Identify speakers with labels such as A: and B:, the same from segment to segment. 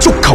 A: 球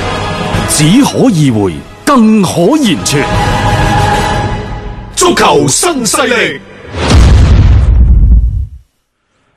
B: 只可意會，更可言傳。
A: 足球新勢力。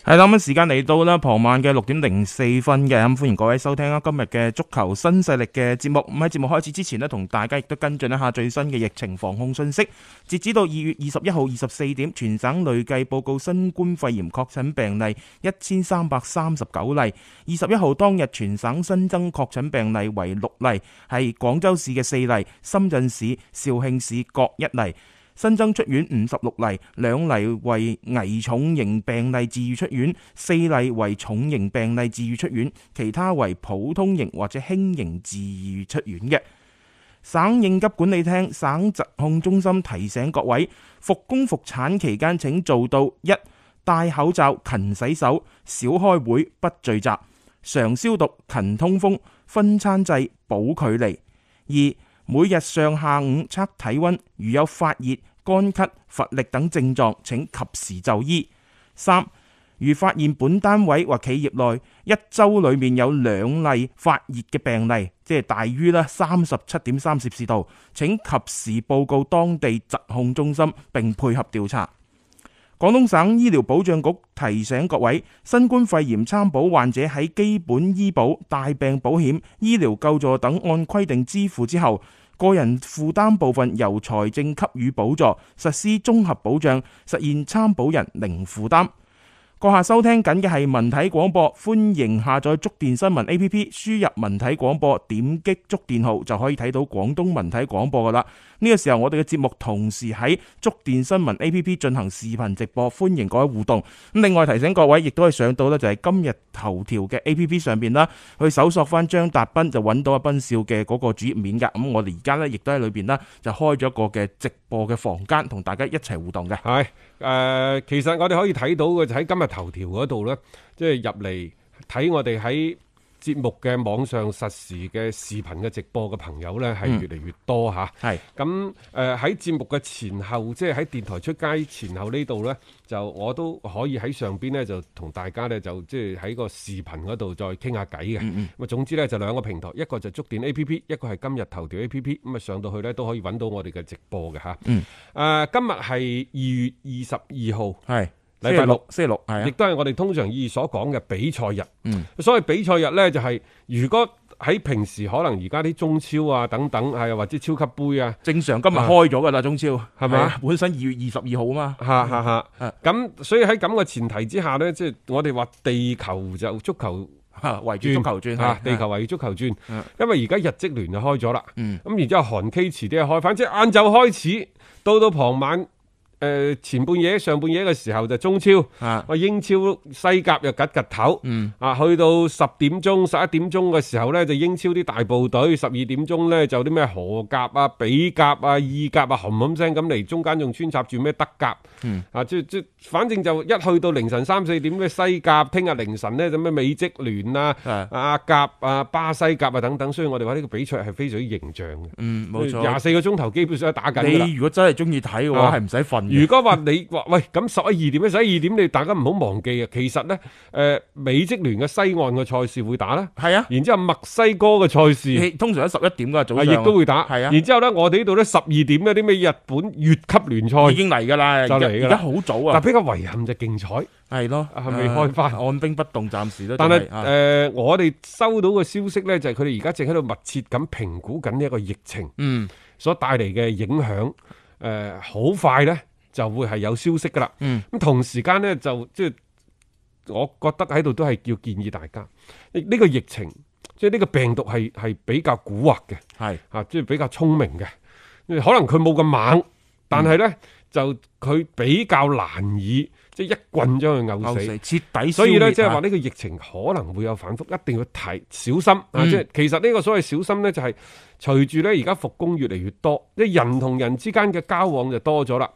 C: 係啦，咁時間嚟到啦，傍晚嘅六點零四分嘅，咁歡迎各位收聽啦今日嘅足球新勢力嘅節目。咁喺節目開始之前呢，同大家亦都跟進一下最新嘅疫情防控信息。截止到二月二十一號二十四點，全省累計報告新冠肺炎確診病例一千三百三十九例。二十一號當日全省新增確診病例為六例，係廣州市嘅四例，深圳市、肇慶市各一例。新增出院五十六例，兩例為危重型病例治愈出院，四例為重型病例治愈出院，其他為普通型或者輕型治愈出院嘅。省應急管理廳、省疾控中心提醒各位，復工復產期間請做到一戴口罩、勤洗手、少開會、不聚集、常消毒、勤通風、分餐制、保距離。二每日上下午測體温，如有發熱、乾咳、乏力等症狀，請及時就醫。三，如發現本單位或企業內一周裏面有兩例發熱嘅病例，即係大於啦三十七點三攝氏度，請及時報告當地疾控中心並配合調查。廣東省醫療保障局提醒各位，新冠肺炎參保患者喺基本醫保、大病保險、醫療救助等按規定支付之後，個人負擔部分由財政給予補助，實施綜合保障，實現參保人零負擔。閣下收聽緊嘅係文體廣播，歡迎下載觸電新聞 A P P，輸入文體廣播，點擊觸電號就可以睇到廣東文體廣播噶啦。呢個時候我哋嘅節目同時喺觸電新聞 A P P 進行視頻直播，歡迎各位互動。咁另外提醒各位，亦都可以上到呢就係今日頭條嘅 A P P 上邊啦，去搜索翻張達斌就揾到阿斌少嘅嗰個主頁面噶。咁我哋而家呢，亦都喺裏邊啦，就開咗一個嘅直播嘅房間，同大家一齊互動嘅。
D: 係誒、其實我哋可以睇到嘅就喺今日頭條嗰度呢，即係入嚟睇我哋喺節目嘅網上實時嘅視頻嘅直播嘅朋友呢，係越嚟越多嚇。
C: 係
D: 咁誒喺節目嘅前後，即係喺電台出街前後呢度呢，就我都可以喺上邊呢，就同大家呢，就即係喺個視頻嗰度再傾下偈
C: 嗯
D: 嘅。咁啊、總之呢，就兩個平台，一個就觸電 A P P，一個係今日頭條 A P P。咁啊上到去呢，都可以揾到我哋嘅直播嘅嚇。嗯。今日係二月二十二號。
C: 係
D: 禮拜六
C: 星期六係
D: 亦
C: 啊，嗯
D: 都係我哋通常意義所講嘅比賽日。所謂比賽日呢，就係、如果喺平時可能而家啲中超啊等等，係啊或者超級杯啊，
C: 正常今日開咗噶啦，中超係
D: 咪啊
C: 啊本身二月二十二號啊嘛，
D: 嚇嚇嚇
C: 嗯。
D: 咁所以喺咁嘅前提之下呢，即係我哋話地球就足球
C: 嚇圍住足球轉嗯
D: 啊，地球圍足球轉，因為而家日職聯就開咗啦。咁然之後韓 K 遲啲就開，反正晏晝開始到到傍晚。誒、前半夜、上半夜嘅時候就中超，
C: 啊嗯
D: 我英超、西甲又�吉�吉頭，啊，去到十點鐘、十一點鐘嘅時候呢，就英超啲大部隊，十二點鐘呢，就啲咩荷甲啊、比甲啊、意甲啊，冚冚聲咁嚟，中間仲穿插住咩德甲，
C: 嗯
D: 啊，即即反正就一去到凌晨三四點咩西甲，聽日凌晨呢，就咩美職聯啊、
C: 係
D: 阿甲啊、巴西甲啊等等，所以我哋話呢個比賽係非常之形象嘅，
C: 嗯冇錯。
D: 廿四個鐘頭基本上都打緊㗎啦
C: 你如果真係中意睇嘅話，
D: 啊
C: 係唔使瞓嘅。
D: 如果話你 話喂咁十一二點咧，十一二點你大家唔好忘記啊！其實呢，誒、美職聯嘅西岸嘅賽事會打啦，
C: 係啊，
D: 然之後墨西哥嘅賽事
C: 你通常喺十一點噶早
D: 啊
C: 上，
D: 亦都會打，
C: 係啊
D: 然之後呢，我哋呢度呢，十二點嗰啲咩日本越級聯
C: 已
D: 賽，
C: 經嚟噶啦，而
D: 就
C: 家
D: 嚟㗎
C: 而
D: 啦
C: 家好早
D: 但
C: 啊，
D: 比較遺憾就競賽。
C: 係咯，
D: 啊未開返
C: 啊按兵不動，暫時都仲
D: 但
C: 係。
D: 係誒、
C: 啊
D: 我哋收到嘅消息呢，就係佢哋而家正喺度密切咁評估緊呢一個疫情
C: 嗯
D: 所帶嚟嘅影響。誒、好快呢就會係有消息㗎啦。
C: 嗯
D: 咁同時間呢，就即係我覺得喺度都係要建議大家，呢、呢個疫情即係呢個病毒係係比較蠱惑嘅，
C: 係嗯
D: 啊，即係比較聰明嘅。可能佢冇咁猛，但係呢，就佢比較難以即係一棍將佢
C: 牛
D: 拗
C: 死
D: 死。
C: 徹底消滅啊，
D: 所以咧，即係話呢個疫情可能會有反覆，一定要提小心啊！
C: 嗯
D: 即係其實呢個所謂小心呢，就係隨住呢而家復工越嚟越多，即係人同人之間嘅交往就多咗啦。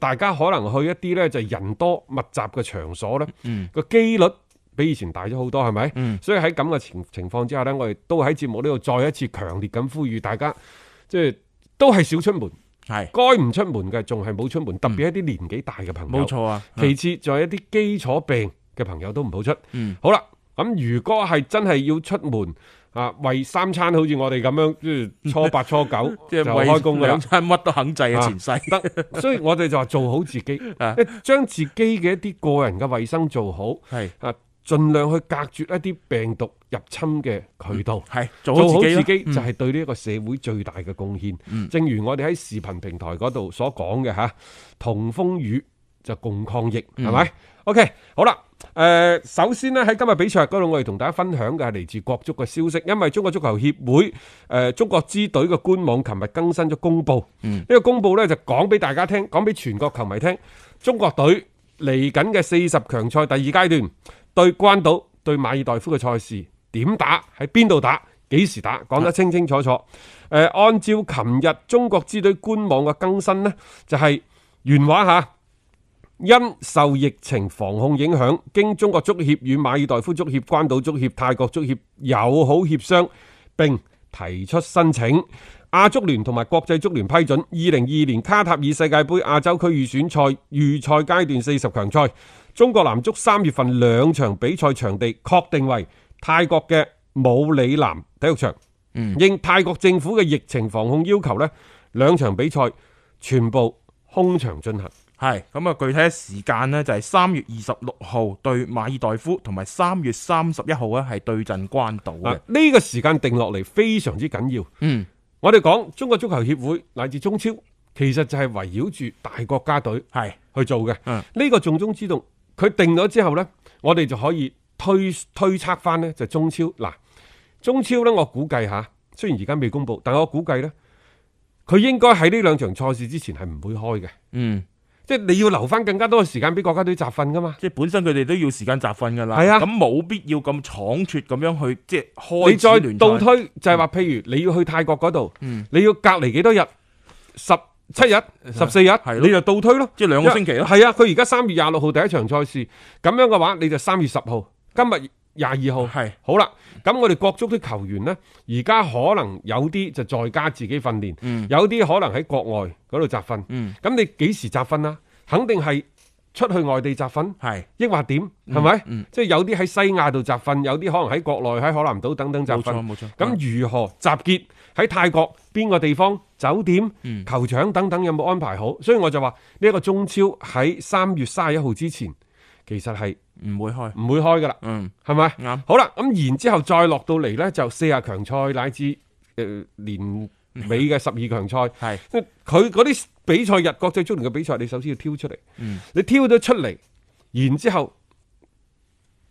D: 大家可能去一啲呢就係人多密集嘅場所呢，個機率比以前大咗好多，係咪？
C: 嗯
D: 所以喺咁嘅情情況之下呢，我哋都喺節目呢度再一次強烈咁呼籲大家，即係都係少出門，
C: 係
D: 該唔出門嘅仲係冇出門，特別係一啲年紀大嘅朋友。
C: 嗯冇錯啊。
D: 其次，仲有一啲基礎病嘅朋友都唔好出。
C: 嗯
D: 好啦，咁如果係真係要出門啊，為三餐好似我哋咁樣，即係初八初九
C: 即係
D: 就
C: 為
D: 開工噶啦
C: 兩。餐乜都肯制嘅前世，
D: 得，所以我哋就話做好自己
C: 啊，
D: 將自己嘅一啲個人嘅衞生做好，
C: 係
D: 啊，盡量去隔絕一啲病毒入侵嘅渠道。
C: 嗯係做
D: 做
C: 好
D: 好
C: 自己
D: 自
C: 啦
D: 己
C: 嗯
D: 就係對呢一個社會最大嘅貢獻。正如我哋喺視頻平台嗰度所講嘅吓，同風雨就共抗疫，係咪、o k 好啦。誒、首先呢，喺今日比賽日嗰度，我哋同大家分享嘅係嚟自國足嘅消息，因為中國足球協會誒、中國支隊嘅官網琴日更新咗公佈，呢、個公佈呢，就講俾大家聽，講俾全國球迷聽，中國隊嚟緊嘅四十強賽第二階段對關島、對馬爾代夫嘅賽事點打，喺邊度打，幾時打，講得清清楚楚。誒、按照琴日中國支隊官網嘅更新呢，就係、原話嚇。因受疫情防控影響，經中國足協與馬爾代夫足協、關島足協、泰國足協友好協商，並提出申請。亞足聯同埋國際足聯批准，二零二二年卡塔爾世界盃亞洲區預選賽預賽階段四十強賽，中國男足三月份兩場比賽場地確定為泰國嘅武里南體育場。應泰國政府嘅疫情防控要求呢兩場比賽全部空場進行。
C: 係咁啊，具體嘅時間呢，就係三月二十六號對馬爾代夫，同埋三月三十一號咧係對陣關島
D: 嗱，
C: 嘅。
D: 啊呢個時間定落嚟非常之緊要。
C: 嗯，
D: 我哋講中國足球協會乃至中超，其實就係圍繞住大國家隊
C: 係
D: 去做嘅。
C: 嗯
D: 呢、個重中之重，佢定咗之後呢，我哋就可以推推測翻呢就中超嗱，中超呢，我估計下，雖然而家未公布，但我估計呢，佢應該喺呢兩場賽事之前係唔會開嘅。
C: 嗯，
D: 即係你要留翻更加多嘅時間俾國家隊集訓噶嘛。
C: 即係本身佢哋都要時間集訓㗎啦。
D: 係啊
C: 咁冇必要咁倉促咁樣去即係
D: 你
C: 開
D: 再
C: 始聯
D: 倒
C: 賽。
D: 推就係話，譬如你要去泰國嗰度，
C: 嗯
D: 你要隔離幾多日？十七日、十四日
C: 係，咯
D: 你就倒推咯，
C: 即係兩個星期咯
D: 係啊，佢而家三月廿六號第一場賽事，咁樣嘅話，你就三月十號，今日廿二號，
C: 係
D: 好啦。咁我哋國足啲球員呢，而家可能有啲就在家自己訓練，有啲可能喺國外嗰度集訓。咁、
C: 嗯
D: 你幾時集訓啊？肯定係出去外地集訓。
C: 係
D: 抑或點
C: 嗯
D: 係咪？即係有啲喺西亞度集訓，有啲可能喺國內喺海南島等等集
C: 冇錯
D: 訓。
C: 冇錯
D: 咁如何集結喺泰國邊個地方、酒店、
C: 嗯
D: 球場等等有冇安排好？所以我就話呢一個中超喺三月三十一號之前，其實係
C: 唔會開。
D: 唔會開噶啦，
C: 嗯，
D: 係咪？
C: 啱
D: 好啦，咁然之後再落到嚟呢，就四十強賽乃至誒年尾嘅十二強賽。
C: 係
D: 佢嗰啲比賽日，國際足聯嘅比賽，你首先要挑出嚟。
C: 嗯
D: 你挑咗出嚟，然之後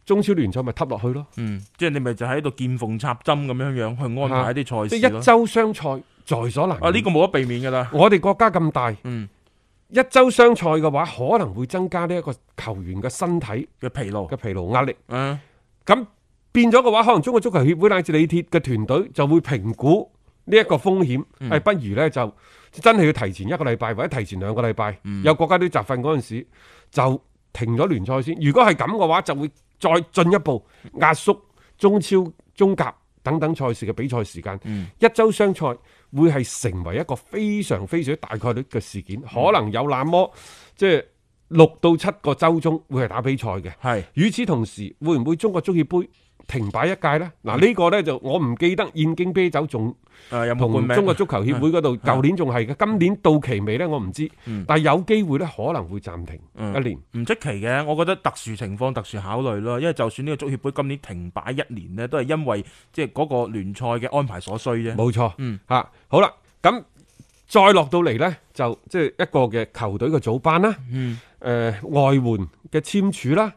D: 中超聯賽咪揼落去咯，
C: 嗯，即係你咪就喺度見縫插針咁樣樣去安排一啲賽
D: 啊即
C: 事
D: 係一
C: 咯。
D: 周雙賽在所難免。
C: 啊，呢個冇得避免㗎啦。
D: 我哋國家咁大，
C: 嗯
D: 一周雙賽嘅話，可能會增加呢一個球員嘅身體
C: 嘅疲勞
D: 嘅。疲勞壓力。
C: 嗯，
D: 咁變咗嘅話，可能中國足球協會乃至李鐵嘅團隊就會評估呢一個風險，係不如呢，就真係要提前一個禮拜或者提前兩個禮拜，有國家隊集訓嗰陣時就停咗聯賽先。如果係咁嘅話，就會再進一步壓縮中超、中甲等等賽事嘅比賽時間。一周雙賽會係成為一個非常非常大概率嘅事件，可能有那麼即係六到七個週中會係打比賽嘅。
C: 係
D: 與此同時，會唔會中國足協杯停擺一屆呢？嗱，呢個呢，就我唔記得燕京啤酒仲
C: 誒嗯有冇冠
D: 同
C: 名啊嗯
D: 中國足球協會嗰度，舊年仲係嘅，今年到期未呢？我唔知，但係有機會呢，可能會暫停
C: 嗯
D: 一年。
C: 唔出奇嘅，我覺得特殊情況特殊考慮咯，因為就算呢個足協杯今年停擺一年呢，都係因為即係嗰個聯賽嘅安排所需啫。
D: 冇錯，
C: 嗯
D: 嚇、好啦，咁再落到嚟呢，就即係一個嘅球隊嘅組班啦，誒、
C: 嗯
D: 外援嘅簽署啦，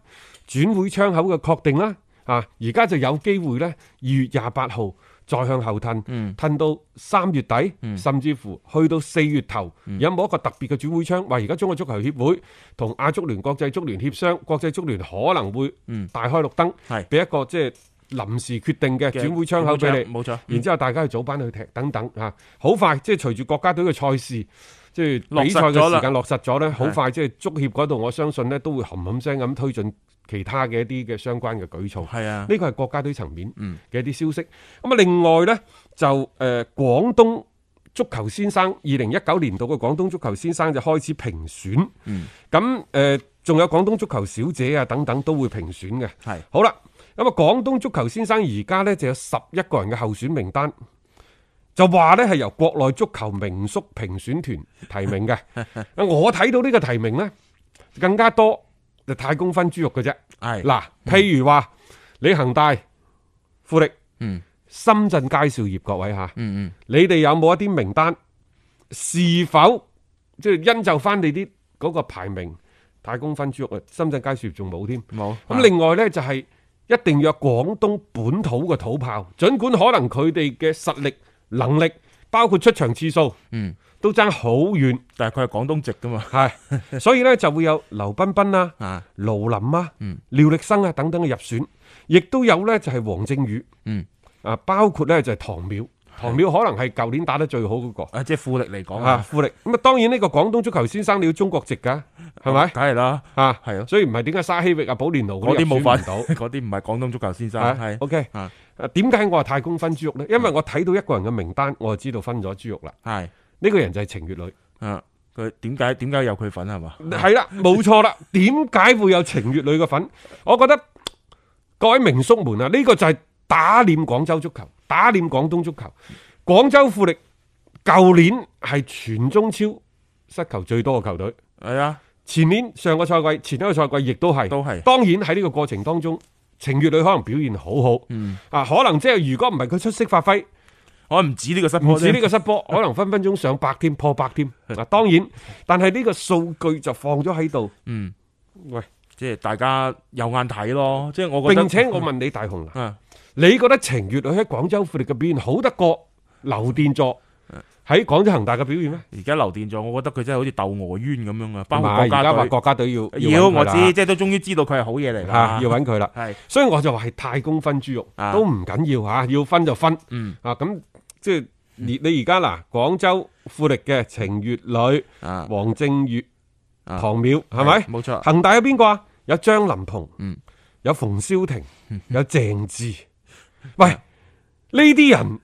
D: 轉會窗口嘅確定啦，啊，而家就有機會呢，二月廿八號再向後褪，褪、
C: 嗯
D: 到三月底，
C: 嗯
D: 甚至乎去到四月頭，有冇一個特別嘅轉會窗？話而家中國足球協會同亞足聯、國際足聯協商，國際足聯可能會
C: 嗯
D: 大開綠燈，
C: 係
D: 俾、一個即係臨時決定嘅
C: 嘅
D: 轉會窗口俾你。
C: 冇錯，
D: 然之後大家去組班去踢等等嚇，好快即係隨住國家隊嘅賽事，即係
C: 落
D: 比
C: 實
D: 賽
C: 咗啦
D: 嘅時間落實咗呢，好
C: 係
D: 快即係足協嗰度，我相信呢都會冚冚聲咁推進其他嘅一啲嘅相關嘅舉措。
C: 係啊，
D: 呢個係國家隊層面
C: 嗯
D: 嘅一啲消息。咁啊，另外呢，就誒、呃、廣東足球先生，二零一九年度嘅廣東足球先生就開始評選。
C: 嗯
D: 咁誒，仲、有廣東足球小姐啊等等都會評選嘅。
C: 係
D: 好啦，咁啊，廣東足球先生而家呢就有十一個人嘅候選名單。就話呢係由國內足球名宿評選團提名 嘅，我睇到呢個提名呢，更加多就太公分豬肉嘅啫。
C: 係
D: 嗱，譬如話你恒大、富力、
C: 嗯
D: 深圳佳兆業各位吓，
C: 嗯
D: 你哋有冇一啲名單？是否即係因就翻你啲嗰個排名？太公分豬肉啊，深圳佳兆業仲冇添。
C: 嗯，冇
D: 咁另外呢，就係一定要有廣東本土嘅土炮，儘管可能佢哋嘅實力、能力，包括出場次數，
C: 嗯，
D: 都爭好 遠，
C: 但係佢係廣東籍噶嘛，
D: 係，所以呢，就會有劉彬彬啦、
C: 啊，
D: 盧林啊、
C: 嗯
D: 廖力生啊等等嘅入選，亦都有呢就係黃正宇，
C: 嗯
D: 啊，包括呢就係唐淼，唐淼可能係舊年打得最好嗰、個。
C: 啊即係富力嚟講
D: 啊，，富力咁啊！當然呢個廣東足球先生你要中國籍㗎，係咪
C: 梗係啦，
D: 啊？
C: 係咯
D: 所以唔係點解沙希域啊、保連奴
C: 嗰啲冇
D: 法
C: 份， 嗰啲唔係廣東足球先生，
D: 係
C: 係
D: OK
C: 啊。嗯
D: 誒點解我話太公分豬肉呢？因為我睇到一個人嘅名單，我就知道分咗豬肉啦。
C: 係，
D: 呢個人就係程月 女，
C: 啊，佢點解點解有佢份係嘛？
D: 係啦，冇錯啦。點解會有程月女嘅粉？我覺得各位名宿們啊，呢個就係打臉廣州足球，打臉廣東足球。廣州富力舊年係全中超失球最多嘅球隊。
C: 係啊，
D: 前年上個賽季、前一個賽季亦都係，
C: 都係
D: 當然喺呢個過程當中，程月女可能表現好好，
C: 嗯
D: 啊，可能即係如果唔係佢出色發揮，
C: 我唔止呢個失
D: 唔
C: 波
D: 止
C: 啫
D: 呢個失波，可能分分鐘上百添、破百 添。嗱，當然，但係呢個數據就放咗喺度。
C: 嗯，
D: 喂，
C: 即係大家有眼睇咯，即係我覺得。
D: 並且我問你大雄啦，
C: 啊，
D: 你覺得程月女喺廣州富力嘅表現好得過劉殿座
C: 嗯
D: 喺廣州恒大嘅表現咩？
C: 而家留電咗，我覺得佢真係好似鬥鵝冤咁樣啊！包
D: 唔
C: 括
D: 係
C: 國
D: 而家
C: 家
D: 話
C: 隊，
D: 國家隊要
C: 妖
D: 要
C: 我
D: 揾佢啦
C: 知，即係都終於知道佢係好嘢嚟
D: 啊
C: 啦，
D: 要揾佢啦。
C: 係
D: 所以我就話係太公分豬肉，
C: 啊
D: 都唔緊要嚇，要分就分。
C: 嗯
D: 啊，咁即係你你而家嗱，廣州富力嘅程月女、
C: 啊，
D: 黃正月、
C: 啊
D: 唐淼係咪？
C: 冇錯，
D: 恒大有邊個啊？有張林鵬，
C: 嗯
D: 有馮瀟霆，有鄭智。喂，
C: 啊
D: 呢啲人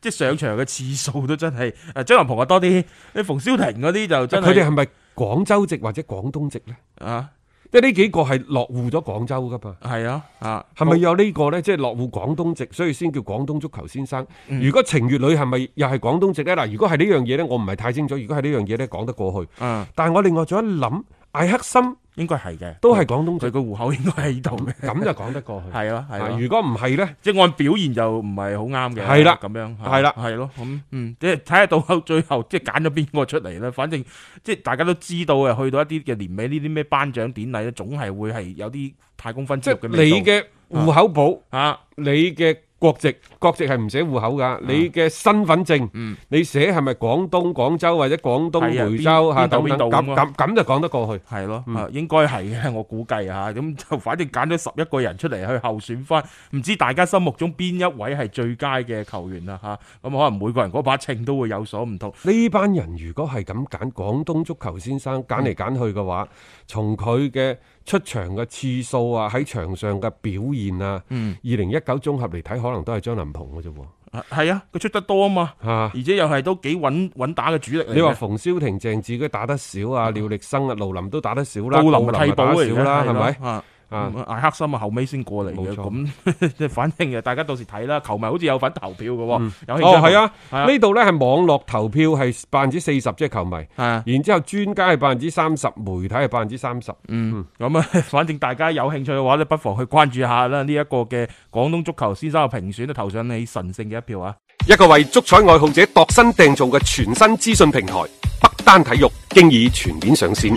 C: 即係上場嘅次數都真係，誒張林鵬啊多啲，你馮瀟霆嗰啲就真
D: 啊佢哋
C: 係
D: 係咪廣州籍或者廣東籍呢？
C: 啊，
D: 即係呢幾個係落戶咗廣州噶嘛？
C: 係啊，啊，
D: 係咪有呢個呢？即係落戶廣東籍，所以先叫廣東足球先生。
C: 嗯
D: 如果程月女係咪又係廣東籍呢？嗱，如果係呢樣嘢呢，我唔係太清楚。如果係呢樣嘢呢，講得過去。
C: 啊，
D: 但係我另外仲一諗，艾克森
C: 應該係嘅，
D: 都係廣東
C: 佢
D: 籍，
C: 個户口應該喺度嘅，
D: 咁就講得過去。
C: 係咯，係
D: 啊
C: 咯。
D: 如果唔係呢，
C: 即係按表現就唔係好啱嘅，
D: 係啦
C: 咁樣
D: 係啦
C: 係咯，咁嗯，即係睇下到後最後即係揀咗邊個出嚟啦。反正即係大家都知道啊，去到一啲嘅年尾呢啲咩頒獎典禮咧，總係會係有啲太公分
D: 即
C: 豬
D: 係
C: 肉嘅味道
D: 你嘅戶口簿、
C: 啊，
D: 你嘅國籍，國籍係唔寫戶口㗎，你嘅身份證，
C: 嗯
D: 你寫係咪廣東廣州或者廣東
C: 係啊
D: 梅州
C: 邊
D: 嚇
C: 邊度
D: 等
C: 邊
D: 等，
C: 度
D: 咁
C: 咁啊
D: 咁咁就講得過去。
C: 係咯，
D: 嗯
C: 啊 應該係嘅，我估計嚇。咁就反正揀咗十一個人出嚟去候選翻，唔知大家心目中邊一位係最佳嘅球員啦嚇。咁可能每個人嗰把秤都會有所唔同。
D: 呢班人如果係咁揀廣東足球先生揀嚟揀去嘅話，從佢嘅出場嘅次數啊，喺場上嘅表現啊，
C: 嗯，
D: 二零一九綜合嚟睇，可能都係張林鵬嘅啫喎。
C: 啊係啊，佢出得多啊嘛，
D: 嚇、
C: 而且又係都幾穩穩打嘅主力嚟嘅。
D: 你話馮瀟霆、鄭智佢打得少啊，廖力生啊、盧林都打得少啦，
C: 布林
D: 郜
C: 替
D: 啊打
C: 補
D: 得
C: 嚟
D: 少
C: 嘅
D: 啦，係咪？
C: 咪？啊
D: 啊，
C: 嗯艾克森啊，後尾先過嚟嘅，
D: 冇錯
C: 咁 即係反正啊，大家到時睇啦。球迷好似有份投票嘅喎，有興趣
D: 哦係啊，
C: 係啊
D: 呢度呢係網絡投票係百分之四十，即係球迷。
C: 係啊，
D: 然之後專家係百分之三十，媒體係百分之三十。
C: 嗯，咁啊， 反正大家有興趣嘅話咧，不妨去關注下啦。呢一個嘅廣東足球先生嘅評選，都啊投上你神聖嘅一票啊！
D: 一個為足彩愛好者度身訂造嘅全新資訊平台北單體育，經已全面上線。